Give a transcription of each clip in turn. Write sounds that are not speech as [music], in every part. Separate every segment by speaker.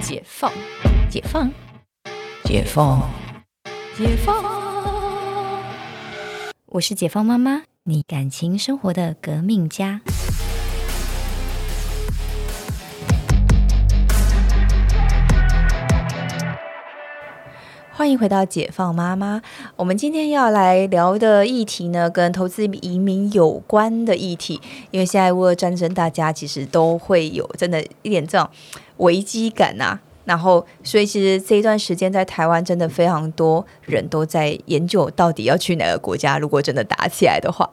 Speaker 1: 解放，解放，解放，解放。
Speaker 2: 我是解放妈妈，你感情生活的革命家。
Speaker 1: 欢迎回到解放妈妈。我们今天要来聊的议题呢，跟投资移民有关的议题，因为现在乌俄战争，大家其实都会有真的一点这种危机感呐、然后，所以其实这一段时间在台湾，真的非常多人都在研究到底要去哪个国家。如果真的打起来的话，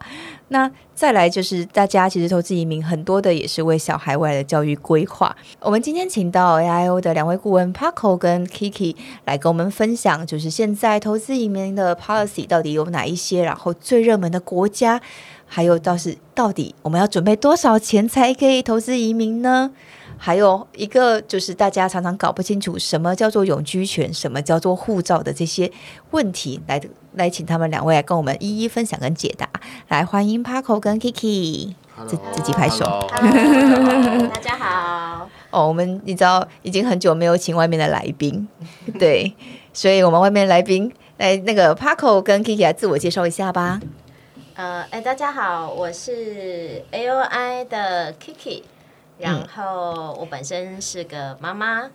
Speaker 1: 那再来就是大家其实投资移民很多的也是为小孩未来的教育规划。 [laughs] 我们今天请到 AIO 的两位顾问 Paco 跟 Kiki 来跟我们分享，就是现在投资移民的 policy 到底有哪一些，然后最热门的国家，还有倒是到底我们要准备多少钱才可以投资移民呢？还有一个就是大家常常搞不清楚什么叫做永居权，什么叫做护照的这些问题，来来请他们两位来跟我们一一分享跟解答。来，欢迎 Paco 跟 Kiki。自自己拍手
Speaker 3: [laughs]
Speaker 4: Hello，大家好，
Speaker 1: 哦，我们你知道已经很久没有请外面的来宾，对，所以我们外面来宾来那个 Paco 跟 Kiki 来自我介绍一下吧。
Speaker 4: 呃，哎，大家好，我是 AOI 的 Kiki，然后我本身是个妈妈，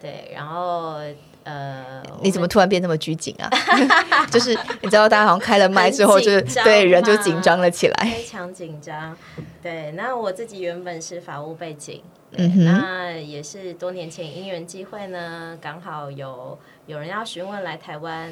Speaker 4: 对，然后呃，
Speaker 1: 你怎么突然变那么拘谨啊？ [laughs] 就是你知道，大家好像开了麦之后，就是
Speaker 4: 很紧张
Speaker 1: 对人就
Speaker 4: 嘛
Speaker 1: 紧张了起
Speaker 4: 我们
Speaker 1: 来。
Speaker 4: 非常紧张？对，那我自己原本是法务背景，对
Speaker 1: 嗯哼
Speaker 4: 那也是多年前因缘际会呢，刚好有有人要询问来台湾。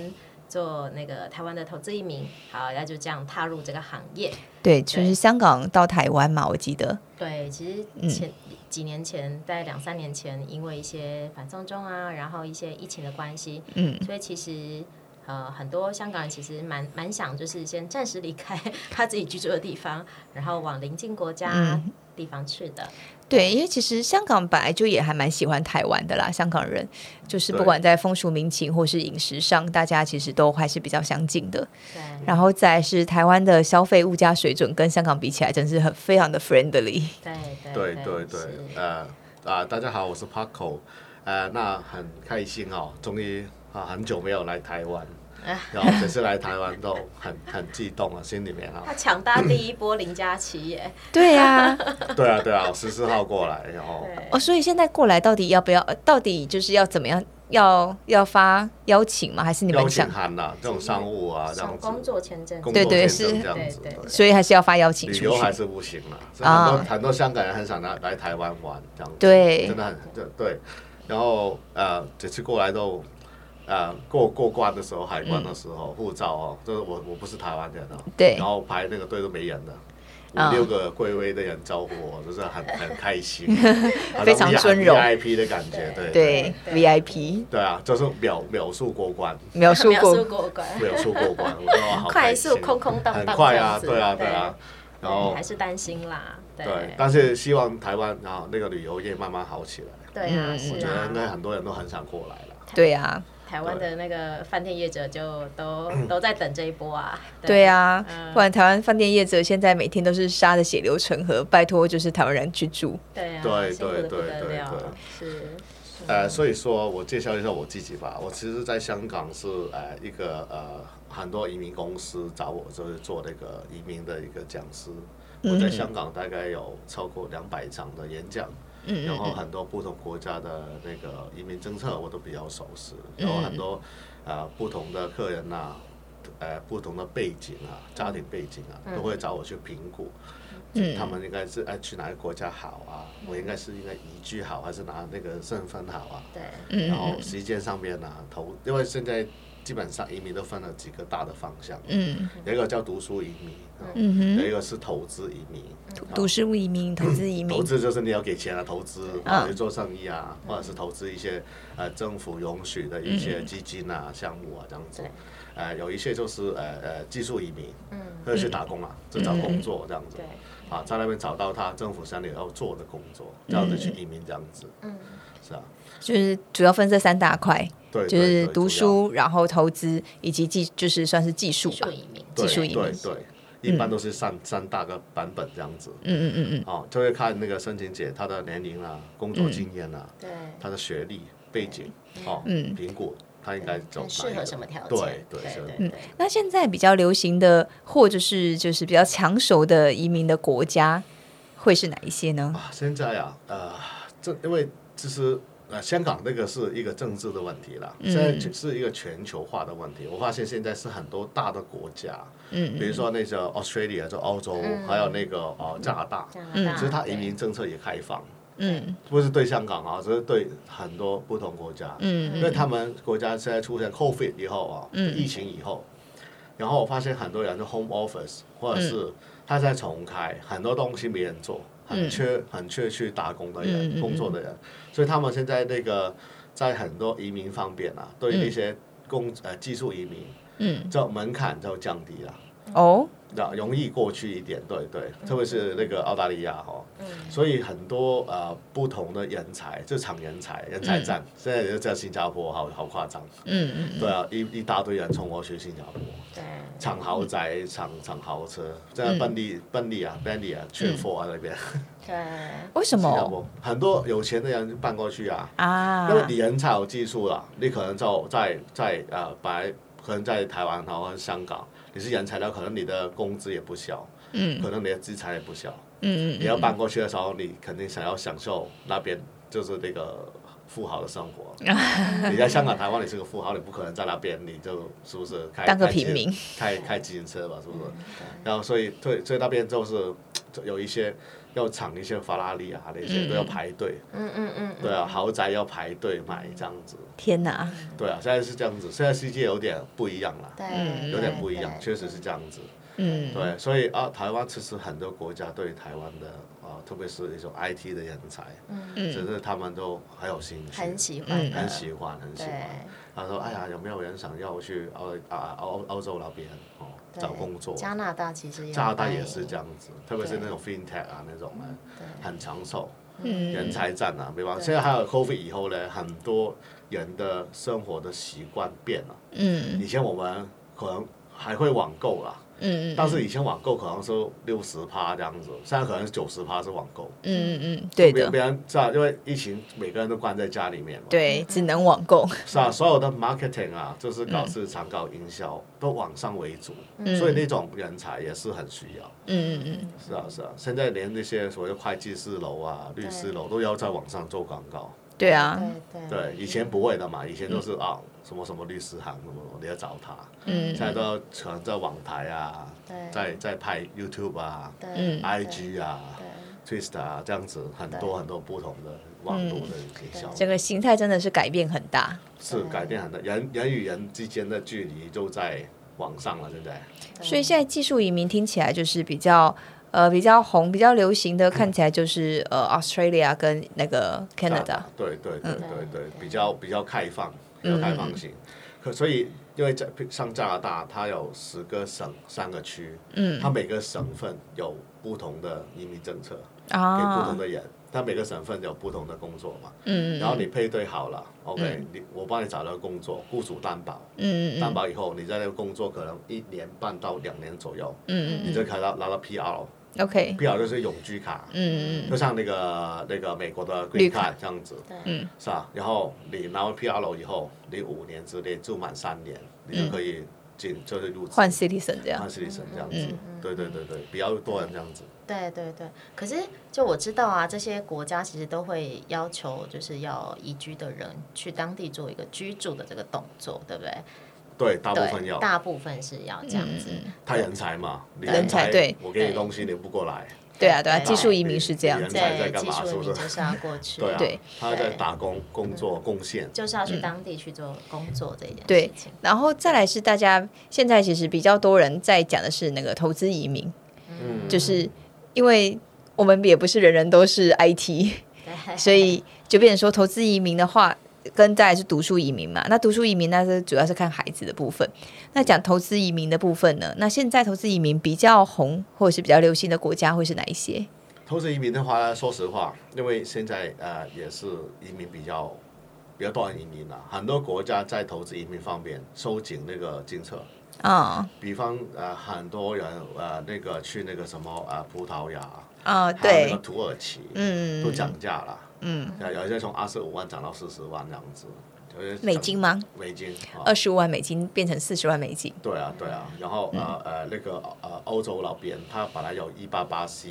Speaker 4: 做那个台湾的投资移民，好，那就这样踏入这个行业。
Speaker 1: 对，就是香港到台湾嘛，我记得。
Speaker 4: 对，其
Speaker 1: 嗯
Speaker 4: 实前、几年前，在两三年前，因为一些反送中啊，然后一些疫情的关系，
Speaker 1: 嗯，
Speaker 4: 所以其实呃，很多香港人其实蛮蛮想，就是先暂时离开 [laughs] 他自己居住的地方，然后往邻近国家
Speaker 1: 嗯
Speaker 4: 地方去的。
Speaker 1: 对，因为其实香港本来就也还蛮喜欢台湾的啦，香港人就是不
Speaker 3: 对
Speaker 1: 管在风俗民情或是饮食上，大家其实都还是比较相近的。
Speaker 4: 对
Speaker 1: 然后再来是台湾的消费物价水准跟香港比起来，真是很非常的 friendly。 [laughs]
Speaker 4: 对
Speaker 3: 对
Speaker 4: 对
Speaker 3: 对对，
Speaker 4: 嗯
Speaker 3: 呃啊，大家好，我是 Paco，呃，那很开心哦，终于啊很久没有来台湾，然后这次来台湾都很 [laughs] 很激动啊，心里面
Speaker 4: [laughs]
Speaker 3: 啊，
Speaker 4: 他抢搭第一波林佳琪耶，
Speaker 1: 对呀、
Speaker 3: 对啊对啊，十四号过来，然后
Speaker 4: 对
Speaker 1: [laughs] 哦，所以现在过来到底要不要？呃到底就是要怎么样？要要发邀请吗？还是你
Speaker 3: 邀
Speaker 1: 们
Speaker 3: 请
Speaker 1: 想？
Speaker 3: 函呐、这种商务啊这样
Speaker 4: 想
Speaker 3: 子，
Speaker 4: 工作签证，
Speaker 3: 工
Speaker 1: 对
Speaker 3: 作
Speaker 1: 对
Speaker 3: 签
Speaker 1: 是
Speaker 3: 证这样子，
Speaker 4: 对对
Speaker 1: 所以还是要发邀请
Speaker 3: 旅
Speaker 1: 出
Speaker 3: 游还
Speaker 1: 去。
Speaker 3: 是不行啦，所以
Speaker 1: 啊
Speaker 3: 很多、很多香港人很想来来台湾玩这样子，
Speaker 1: 对
Speaker 3: 真的很对对。然后呃，这次过来都呃过过关的时候，海关的时候，护、照哦，就是我我不是台湾人哦，
Speaker 1: 对
Speaker 3: 然后排那个队都没人的。
Speaker 1: 啊
Speaker 3: 五六个贵威的人招呼我，就是很很开心，
Speaker 1: [laughs]
Speaker 3: 好像
Speaker 1: 非常尊荣
Speaker 3: VIP 的感觉，
Speaker 1: 对
Speaker 3: 对
Speaker 4: 对
Speaker 1: VIP
Speaker 3: 对啊，就是秒秒速过关，
Speaker 1: 描述
Speaker 4: 秒速
Speaker 1: 过，
Speaker 4: 过关，
Speaker 3: 秒速过关，我说哇好
Speaker 4: 快
Speaker 3: 开
Speaker 4: 速
Speaker 3: 心，
Speaker 4: 空空荡
Speaker 3: 很
Speaker 4: 荡，
Speaker 3: 快啊，
Speaker 4: 这样子
Speaker 3: 对啊对啊，，然后
Speaker 4: 对还是担心啦，
Speaker 3: 对，但是希望台湾啊那个旅游业慢慢好起来，
Speaker 4: 对啊，
Speaker 1: 嗯
Speaker 4: 是
Speaker 3: 我觉得应该
Speaker 4: 啊，
Speaker 3: 很多人都很想过来了。
Speaker 1: 对啊，
Speaker 4: 台湾的那个饭店业者就都
Speaker 3: 嗯
Speaker 4: 都在等这一波啊，
Speaker 1: 对啊，
Speaker 4: 嗯
Speaker 1: 不然台湾饭店业者现在每天都是杀的血流成河，拜托就是台湾人去住。
Speaker 4: 对啊，
Speaker 3: 对
Speaker 4: 辛苦得不
Speaker 3: 对
Speaker 4: 得
Speaker 3: 对
Speaker 4: 了
Speaker 3: 对
Speaker 4: 是，
Speaker 3: 呃，所以说我介绍一下我自己吧。我其实，在香港是呃一个呃很多移民公司找我，就是做那个移民的一个讲师。我在香港大概有超过两百场的演讲，
Speaker 1: 嗯
Speaker 3: 然
Speaker 1: 嗯
Speaker 3: 后很多不同国家的那个移民政策我都比较熟识，然
Speaker 1: 嗯
Speaker 3: 后很多呃不同的客人呐、呃不同的背景啊、家庭背景啊，都会找我去评估。
Speaker 1: 嗯
Speaker 3: 他们应该是哎去哪个国家好啊？我应该是应该移居好，还是拿那个身份好啊？
Speaker 4: 对
Speaker 1: 嗯
Speaker 3: 然后时间上面啊，投，因为现在基本上移民都分了几个大的方向，
Speaker 1: 嗯
Speaker 3: 有一个叫读书移民，
Speaker 1: 嗯
Speaker 3: 有
Speaker 1: 哼，
Speaker 3: 一个是投资移民，
Speaker 1: 都市移民、投资移民
Speaker 3: 投，资就是你要给钱啊，投资
Speaker 1: 嗯
Speaker 3: 啊，去做生意啊，或者是投资一些呃政府允许的一
Speaker 1: 嗯
Speaker 3: 些基金啊、项目啊这样子
Speaker 4: 对。
Speaker 3: 呃，有一些就是呃呃技术移民，
Speaker 4: 嗯
Speaker 3: 或者去打工啊，
Speaker 1: 嗯
Speaker 3: 就找工作这样子
Speaker 4: 对，
Speaker 3: 啊，在那边找到他政府想你要做的工作，这样子去移民这样子，
Speaker 4: 嗯
Speaker 3: 是啊，
Speaker 1: 就是主要分这三大块，
Speaker 3: 对，
Speaker 1: 就
Speaker 3: 对
Speaker 1: 是读，书，然后投资以及技，就是算是技术
Speaker 4: 技
Speaker 1: 吧
Speaker 4: 术。移民，
Speaker 3: 对
Speaker 1: 技术移民嗯
Speaker 3: 对对对。一般都是上三大个版本这样子。
Speaker 1: 嗯嗯嗯
Speaker 3: 哦，就会看那个申请者他的年龄啊、工作经验啊、
Speaker 4: 对，
Speaker 3: 他的学历背景，哦，
Speaker 1: 嗯
Speaker 3: 评估他应该走哪
Speaker 4: 很
Speaker 3: 一
Speaker 4: 嗯适合
Speaker 3: 个
Speaker 4: 什么条
Speaker 3: 对
Speaker 4: 件？
Speaker 3: 对
Speaker 4: 对
Speaker 3: 是
Speaker 4: 对
Speaker 1: 嗯
Speaker 4: 对。
Speaker 1: 那现在比较流行的，或者是就是比较抢手的移民的国家，会是哪一些呢？
Speaker 3: 啊，现在啊，呃，这因为其实呃，香港那个是一个政治的问题啦，
Speaker 4: 嗯
Speaker 3: 现在是一个全球化的问题。我发现现在是很多大的国家，
Speaker 1: 嗯
Speaker 3: 比如说那个 Australia 就澳洲，
Speaker 4: 嗯
Speaker 3: 还有那个呃加拿大，
Speaker 4: 加
Speaker 1: 嗯
Speaker 4: 拿大，
Speaker 3: 其实它移
Speaker 4: 对
Speaker 3: 民政策也开放，
Speaker 1: 嗯
Speaker 3: 不是对香港啊，只是对很多不同国家。因为
Speaker 1: 嗯
Speaker 3: 他们国家现在出现 COVID 以后啊，
Speaker 1: 嗯
Speaker 3: 疫情以后，然后我发现很多人的 home office 或者
Speaker 1: 嗯
Speaker 3: 是他在重开，很多东西没人做，很缺、很缺去打工的人、
Speaker 1: 嗯嗯嗯嗯
Speaker 3: 工作的人，所以他们现在那个在很多移民方面啊，对
Speaker 1: 嗯
Speaker 3: 一些工呃技术移民，
Speaker 1: 嗯，
Speaker 3: 就门槛就降低了。
Speaker 1: 哦，
Speaker 3: 那容易过去一点，对对，特别是那个澳大利亚哈、
Speaker 4: 嗯
Speaker 3: 所以很多呃不同的人才，就抢人才，人才战，现在就在新加坡好好夸张，
Speaker 1: 嗯嗯
Speaker 3: 对啊，一一大堆人冲过去新加坡，
Speaker 4: 对
Speaker 3: 抢豪宅，抢抢豪车，现在宾利宾利啊宾利啊缺货啊那边，
Speaker 4: 对
Speaker 1: 为什
Speaker 3: 新加
Speaker 1: 么
Speaker 3: 坡很多有钱的人搬过去啊，
Speaker 1: 啊
Speaker 3: 因？为你人才有技术了，你可能就在在呃白，可能在台湾然后香港，你是人才的，可能你的工资也不小，
Speaker 1: 嗯
Speaker 3: 可能你的资产也不小。
Speaker 1: 嗯
Speaker 3: 你要搬过去的时候，你肯定想要享受那边就是那个富豪的生活。
Speaker 1: [laughs]
Speaker 4: 嗯
Speaker 3: 你在香港、台湾，你是个富豪，你不可能在那边，你就是不是开
Speaker 1: 当个
Speaker 3: 开自
Speaker 1: 平民，
Speaker 3: 开开自行车吧，是不是？然后所以对，所以那边就是就有一些要抢一些法拉利啊，那些
Speaker 1: 嗯
Speaker 3: 都要排队，
Speaker 4: 嗯嗯嗯，
Speaker 3: 对啊，豪宅要排队买这样子，
Speaker 1: 天哪，
Speaker 3: 对啊，现在是这样子，现在世界有点不一样了。
Speaker 4: 对，
Speaker 3: 有点不一样，
Speaker 4: 对
Speaker 3: 确实是这样子。
Speaker 1: 嗯
Speaker 3: 对，所以啊，台湾其实很多国家对台湾的啊，特别是一种 IT 的人才，只
Speaker 1: 嗯
Speaker 3: 是他们都很有兴趣，
Speaker 4: 很喜欢的，
Speaker 3: 很喜欢，很喜
Speaker 4: 对
Speaker 3: 欢。他说：“哎呀，有没有人想要去澳啊澳澳洲那边哦
Speaker 4: 对
Speaker 3: 找工作？”
Speaker 4: 加拿大其实也
Speaker 3: 加拿大
Speaker 4: 很
Speaker 3: 也
Speaker 4: 欢
Speaker 3: 是
Speaker 4: 迎
Speaker 3: 这样子，特别是那种 FinTech 啊那种呢，很长寿，
Speaker 1: 嗯
Speaker 3: 人才战啊，没办法。现在还有 COVID 以后呢，很多人的生活的习惯变了。
Speaker 1: 嗯
Speaker 3: 以前我们可能还会网购啦，
Speaker 1: 嗯
Speaker 3: 但是以前网购可能是六十趴这样子，现在可能是九十趴是网购。
Speaker 1: 嗯嗯嗯，对
Speaker 3: 别
Speaker 1: 的，
Speaker 3: 别人是啊，因为疫情每个人都关在家里面嘛，，
Speaker 1: 对，只能网购，
Speaker 3: 是啊，所有的 marketing 啊，就是搞市场、搞营销，都网上为主，
Speaker 1: 嗯
Speaker 3: 所以那种人才也是很需要。
Speaker 1: 嗯嗯嗯，
Speaker 3: 是啊，是啊，现在连那些所谓会计师楼啊、律师楼都要在网上做广告。
Speaker 1: 对啊，
Speaker 4: 对嗯
Speaker 3: 对，以前不会的嘛，以前都是啊什么什么律师行什么什么，你要找他。
Speaker 1: 嗯
Speaker 3: 现在都要可能在网台啊，
Speaker 4: 对
Speaker 3: 在在拍 YouTube 啊、
Speaker 4: 对
Speaker 1: 嗯
Speaker 3: IG 啊、
Speaker 4: 对
Speaker 3: Twist 啊这样子，很
Speaker 4: 对
Speaker 3: 多很多不同的网络的营销，
Speaker 1: 整个形态真的是改变很大。
Speaker 3: 是改变很大，人人与人之间的距离就在网上了，对不对？
Speaker 1: 所以现在技术移民听起来就是比较呃比较红、比较流行的，看起来就是呃 Australia 跟那个 Canada。
Speaker 3: 对对对对
Speaker 4: 嗯
Speaker 3: 对，比较比较开放，
Speaker 1: 嗯
Speaker 3: 比较开放性。可所以，因为在像加拿大，它有十个省、三个区，
Speaker 1: 嗯
Speaker 3: 它每个省份有不同的移民政策，给不
Speaker 1: 啊
Speaker 3: 同，的人，它每个省份有不同的工作嘛。
Speaker 1: 嗯
Speaker 3: 然后你配对好了，OK，你我帮你找到工作，雇主担保，
Speaker 1: 嗯
Speaker 3: 担保以后你在那个工作可能一年半到两年左右，
Speaker 1: 嗯
Speaker 3: 你就可以拿拿到 PR，PR
Speaker 1: 嗯，OK，
Speaker 3: 就是永居卡，
Speaker 1: 嗯嗯
Speaker 3: 就像那个那个美国的
Speaker 1: 绿
Speaker 3: green
Speaker 1: 卡
Speaker 3: card 这样子，
Speaker 4: 对
Speaker 3: 是吧？然后你拿到 PR 以后，你五年之内住满三年，你就可以进就是入职
Speaker 1: 换嗯 citizen 这样
Speaker 3: 换。citizen 这样子，对对对对，比较多人这样子，
Speaker 4: 对对对，可是就我知道啊，这些国家其实都会要求，就是要移居的人去当地做一个居住的这个动作，对不对？
Speaker 3: 对，大部分
Speaker 4: 对，
Speaker 3: 要
Speaker 4: 大部分是要这样子。
Speaker 1: 嗯
Speaker 3: 他人才嘛，你
Speaker 1: 人才对
Speaker 3: 我给你
Speaker 4: 对
Speaker 3: 东西你不过来，
Speaker 1: 对啊，对啊，
Speaker 4: 对
Speaker 1: 技术移民是这样
Speaker 3: 人
Speaker 1: 子。
Speaker 3: 才在
Speaker 4: 对，
Speaker 3: 干
Speaker 4: 技
Speaker 3: 嘛
Speaker 4: 术移民
Speaker 3: 是不是 [laughs]
Speaker 4: 就是要过去，
Speaker 3: 对啊，
Speaker 1: 对
Speaker 3: 他在打工、工作、贡献，
Speaker 4: 就是要去当地去做工作这一件
Speaker 1: 对
Speaker 4: 事情。
Speaker 1: 然后再来是大家现在其实比较多人在讲的是那个投资移民，
Speaker 3: 嗯，
Speaker 1: 就是因为我们也不是人人都是 IT，
Speaker 4: 对，
Speaker 1: 所以就变成说投资移民的话，跟再来是读书移民嘛。那读书移民那是主要是看孩子的部分。那讲投资移民的部分呢，那现在投资移民比较红或者是比较流行的国家会是哪一些？
Speaker 3: 投资移民的话呢，说实话，因为现在呃也是移民比较比较多人移民了、很多国家在投资移民方面收紧那个政策，
Speaker 1: 啊
Speaker 3: 比方呃很多人呃那个去那个什么呃葡萄牙，
Speaker 1: 啊，
Speaker 3: 还有那
Speaker 1: 对
Speaker 3: 个，土耳其，
Speaker 1: 嗯
Speaker 3: 都涨价了，
Speaker 1: 嗯，
Speaker 3: 有有一些从二十五万涨到四十万这样子，有些涨
Speaker 1: 美金吗？
Speaker 3: 美金，啊
Speaker 1: 二十五万美金变成四十万嗯美金，
Speaker 3: 对啊，对啊，然后呃呃，那个呃欧洲那边，它本来有一八八 C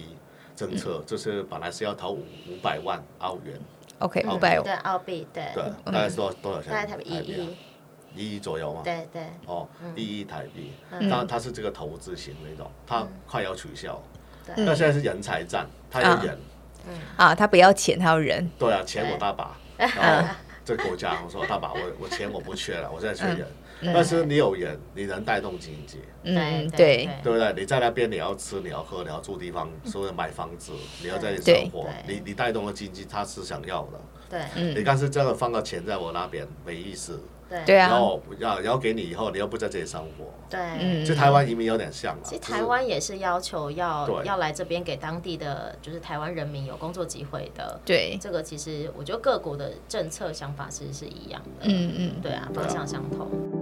Speaker 3: 政
Speaker 1: 嗯
Speaker 3: 策，就是本来是要投五五百万澳元，
Speaker 1: OK，
Speaker 3: 好
Speaker 1: 五百
Speaker 4: 对澳币，对，
Speaker 1: 嗯
Speaker 3: 对，大概是多多少
Speaker 4: 大
Speaker 3: 钱？
Speaker 4: 概台币一
Speaker 3: 台币啊
Speaker 4: 亿，
Speaker 3: 一亿左右嘛。
Speaker 4: 对对，
Speaker 3: 哦，一亿台币，
Speaker 4: 嗯
Speaker 3: 它它是这个投资型那种，它
Speaker 1: 嗯
Speaker 3: 快要取消，
Speaker 4: 对嗯
Speaker 3: 那现在是人才战，它有人，
Speaker 1: 啊，他不要钱，他要人，
Speaker 3: 对啊，钱我大把，然后这国家我说大把，我我钱我不缺了，我现在缺人，但是你有人，你能带动经济，
Speaker 1: 嗯，
Speaker 4: 对
Speaker 1: 对，
Speaker 3: 对不对？你在那边你要吃，你要喝，你要住地方，是不是买房子？你要在那里
Speaker 1: 嗯对嗯
Speaker 3: 生活，
Speaker 4: 对
Speaker 3: 你你带动了经济，他是想要的。
Speaker 4: 对
Speaker 3: 你但是这样放个钱在我那边没意思，
Speaker 4: 对
Speaker 1: 对啊
Speaker 3: 然后要要给你以后，你又不在这里生活。
Speaker 4: 对，
Speaker 1: 嗯
Speaker 3: 其实台湾移民有点像啊，
Speaker 4: 其实
Speaker 3: 就是
Speaker 4: 台湾也是要求要
Speaker 3: 对
Speaker 4: 要来这边给当地的就是台湾人民有工作机会的。
Speaker 1: 对，
Speaker 4: 这个其实我觉得各国的政策想法其实是一样的，
Speaker 1: 嗯嗯。
Speaker 4: 对啊，方向相同。